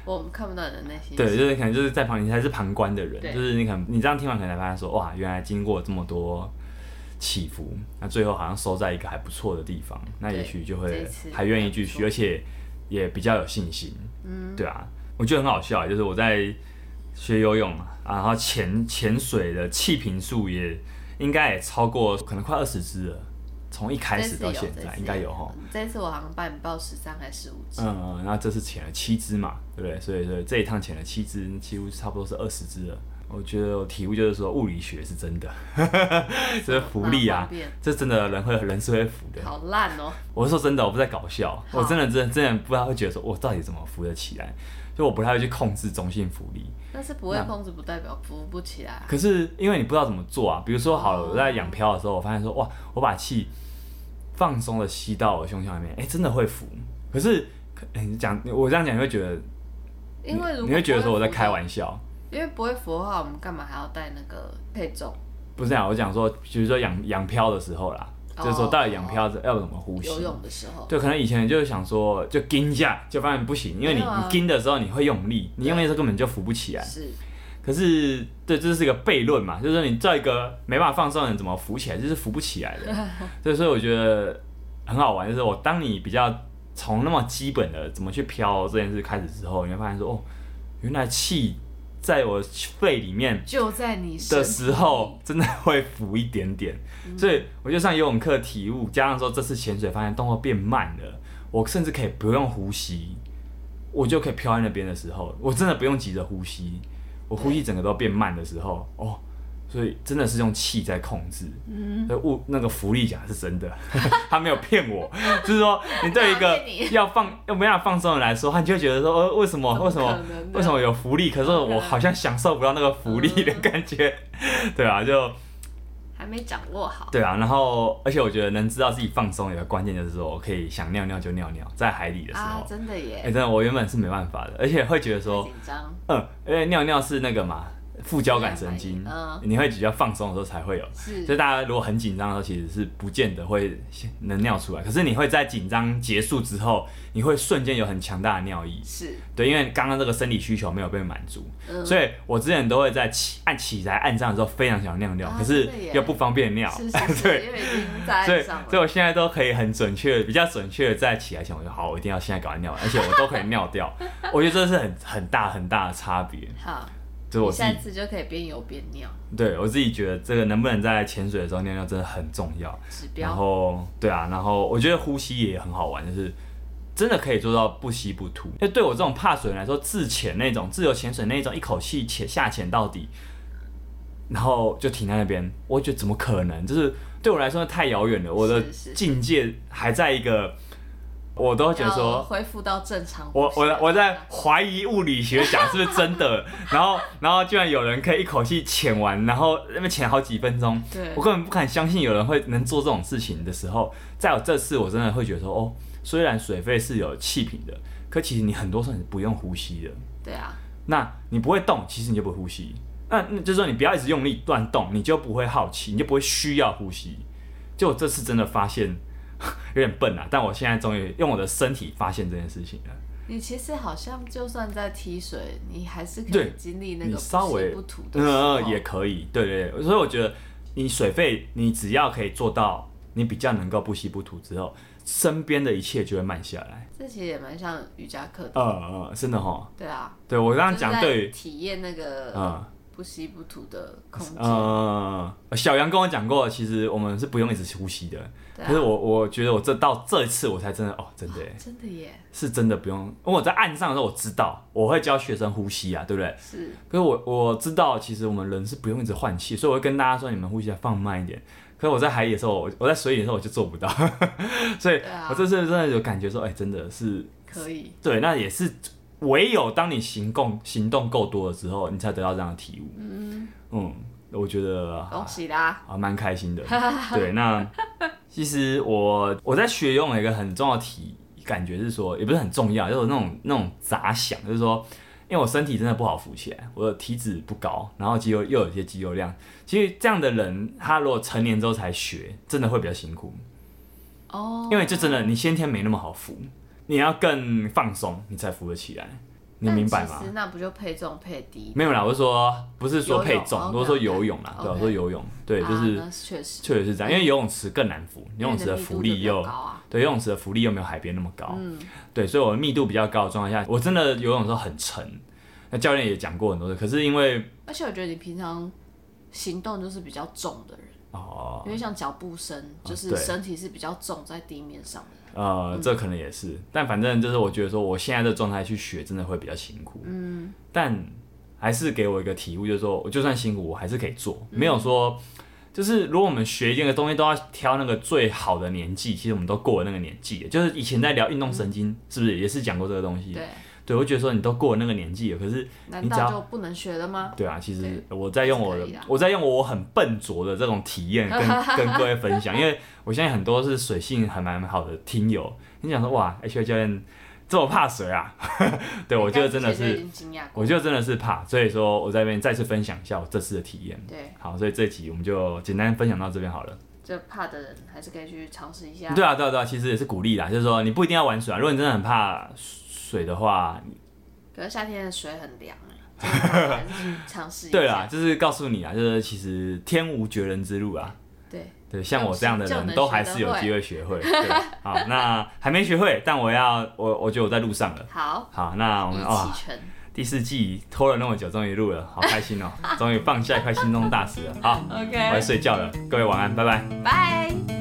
我们看不到你的内心。对，就是可能就是在旁，你才是旁观的人，对就是你可能你这样听完可能才发现说，哇，原来经过这么多起伏，那最后好像收在一个还不错的地方，那也对许就这一会次还愿意继还不续，错而且也比较有信心，嗯，对啊，我觉得很好笑，就是我在学游泳，啊然后潜潜水的气瓶数也应该也超过可能快二十只了，从一开始到现在应该有哈。这次我好像帮你报十三还是十五只，嗯，然后这次潜了七只嘛，对不对？所以所以这一趟潜了七只，几乎差不多是二十只了。我觉得我体悟就是说，物理学是真的， 这是福利啊方便，这真的人会人是会服的。好烂哦、我是说真的，我不在搞笑，好我真的真的真的不太会觉得说，我到底怎么扶得起来，就我不太会去控制中性浮力。但是不会那控制不代表扶不起来啊。可是因为你不知道怎么做啊，比如说好了，哦我在养漂的时候，我发现说哇，我把气放松的吸到我胸腔里面，哎、真的会浮。可是可哎你讲我这样讲，你会觉得因为如果你会觉得说我在开笑，玩笑，因为不会扶的话，我们干嘛还要带那个配重？不是这啊样，我讲说，比如说养养漂的时候啦，哦就是说到底养漂要怎么呼吸游。泳的时候，对，可能以前就是想说，就盯一下，就发现不行，因为你没有啊你盯的时候你会用力，你用力的时候根本就浮不起来。是可是，对，这是一个悖论嘛，就是说你造一个没办法放松的人怎么浮起来，就是浮不起来的。 所以，所以我觉得很好玩，就是我当你比较从那么基本的怎么去飘这件事开始之后，你会发现说，哦，原来气在我肺里面就在你身的体时候，真的会浮一点点。嗯所以我就上游泳课体悟，加上说这次潜水发现动作变慢了，我甚至可以不用呼吸，我就可以飘在那边的时候，哦我真的不用急着呼吸，我呼吸整个都变慢的时候，哦，所以真的是用气在控制。嗯，所以物那个浮力讲的是真的， 他没有骗我，就是说你对一哪个有骗你要放要没办法放松的人来说，他就会觉得说，呃，为什么怎么为什么可能的为什么有浮力，可是我好像享受不到那个浮力的感觉， 对啊，就还没掌握好。对啊，然后而且我觉得能知道自己放松有个关键就是说我可以想尿尿就尿尿，在海里的时候，啊，真的耶，哎、真的我原本是没办法的，而且会觉得太说紧，张。嗯，因为尿尿是那个嘛副交感神经，嗯你会比较放松的时候才会有。是，所以大家如果很紧张的时候，其实是不见得会能尿出来，可是你会在紧张结束之后，你会瞬间有很强大的尿意，是，对，因为刚刚这个生理需求没有被满足，嗯所以我之前都会在起按起来按上的时候非常想尿尿，啊可是真的耶又不方便尿，是是 是，对。因为已经在所以岸上，所以了。我现在都可以很准确、比较准确的在起来前，我就好，我一定要现在搞完尿，而且我都可以尿 掉。我觉得这是很很大很大的差别，好，就是我你自己下次就可以边游边尿，对我自己觉得这个能不能在潜水的时候尿尿真的很重要。指然标后对啊，然后我觉得呼吸也很好玩，就是真的可以做到不吸不吐。因为对我这种怕水人来说，自潜那种自由潜水那种一口气潜下潜到底，然后就停在那边，我觉得怎么可能？就是对我来说太遥远了，我的是是境界还在一个，我都会觉得要说。恢复到正常呼我吸。我我在怀疑物理学讲是不是真的，然后 然后居然有人可以一口气潜完，然后那边潜好几分钟，对我，根本不敢相信有人会能做这种事情的时候，在我这次我真的会觉得说，哦，虽然水肺是有气瓶的，可其实你很多时候你不用呼吸的。对啊，那你不会动，其实你就不会呼吸。那那就是说你不要一直用力乱动，你就不会好奇，你就不会需要呼吸。就我这次真的发现 有点笨啊，但我现在终于用我的身体发现这件事情了。你其实好像就算在踢水，你还是可以对经历那你个稍不微吸不吐的时候，嗯也可以，对对对，所以我觉得你水费，你只要可以做到，你比较能够不吸不吐之后，身边的一切就会慢下来。这其实也蛮像瑜伽课的。呃呃，真的哈，对啊，对我刚就刚是讲在对于，体验那个嗯不吸不吐的空间，嗯，小杨跟我讲过，其实我们是不用一直呼吸的，对可是啊，我我觉得我这到这一次我才真的哦，真的耶真的耶，是真的不用，因为我在岸上的时候我知道我会教学生呼吸啊，对不对？是可是我我知道，其实我们人是不用一直换气，所以我会跟大家说，你们呼吸要放慢一点。可是我在海里的时候，我我在水里的时候我就做不到， 所以对啊我这次真的有感觉说，哎、真的是可以。对，那也是唯有当你行动行动够多了之后，你才得到这样的体悟。嗯我觉得恭喜啦！啊，蛮开 心的。对，那其实我我在学游泳有一个很重要的体感觉是说，也不是很重要，就是那种那种杂想，就是说，因为我身体真的不好浮起来，我的体脂不高，然后肌肉又有一些肌肉量。其实这样的人，他如果成年之后才学，真的会比较辛苦，哦，因为这真的你先天没那么好浮，你要更放松，你才浮得起来。你明白但吗其？实那不就配重配低？没有啦，我是说不是说配重游，泳哦我是说 OK，OK，游泳啦，对，啊我 OK 说游泳，对，就啊是那确实，确实是这样，因为游泳池更难浮，游泳池的因为浮密力度就比较又高啊，对游泳池的浮力又没有海边那么高，嗯，对，所以我密度比较高的状况下，我真的游泳的时候很沉。那教练也讲过很多次，可是因为而且我觉得你平常行动就是比较重的人，哦，因为像脚步声，就是对身体是比较重在地面上的。呃，这可能也是，但反正就是我觉得说，我现在的状态去学真的会比较辛苦，嗯，但还是给我一个体悟，就是说我就算辛苦，我还是可以做，嗯没有说就是如果我们学一个东西都要挑那个最好的年纪，其实我们都过了那个年纪了，就是以前在聊运动神经，是不是也是讲过这个东西？对，对，我就觉得说你都过了那个年纪了，可是难你只道要就不能学了吗？对啊，其实我在用我的是可以的啊，我在用我很笨拙的这种体验跟 跟各位分享，因为我现在很多是水性还蛮好的听友，你想说哇，H 教练这么怕水啊？ 对，我觉得真的你刚才其实是已，经惊讶过。我觉得真的是怕，所以说我在这边再次分享一下我这次的体验。对，好，所以这集我们就简单分享到这边好了。这怕的人还是可以去尝试一下。对啊，对啊，对啊，其实也是鼓励啦，就是说你不一定要玩水啊，如果你真的很怕水的话，可是夏天的水很凉 哎，真的还是去尝试一下。对啦，就是告诉你啊，就是其实天无绝人之路啊，对，对，像我这样的人都还是有机会学 会。对，好，那还没学会，但我要我我觉得我在路上了。好，好，那我们一哦，起全。第四季拖了那么久，终于录了，好开心哦，终于放下一块心中大石了。好，我要 OK，睡觉了，各位晚安，拜拜。拜。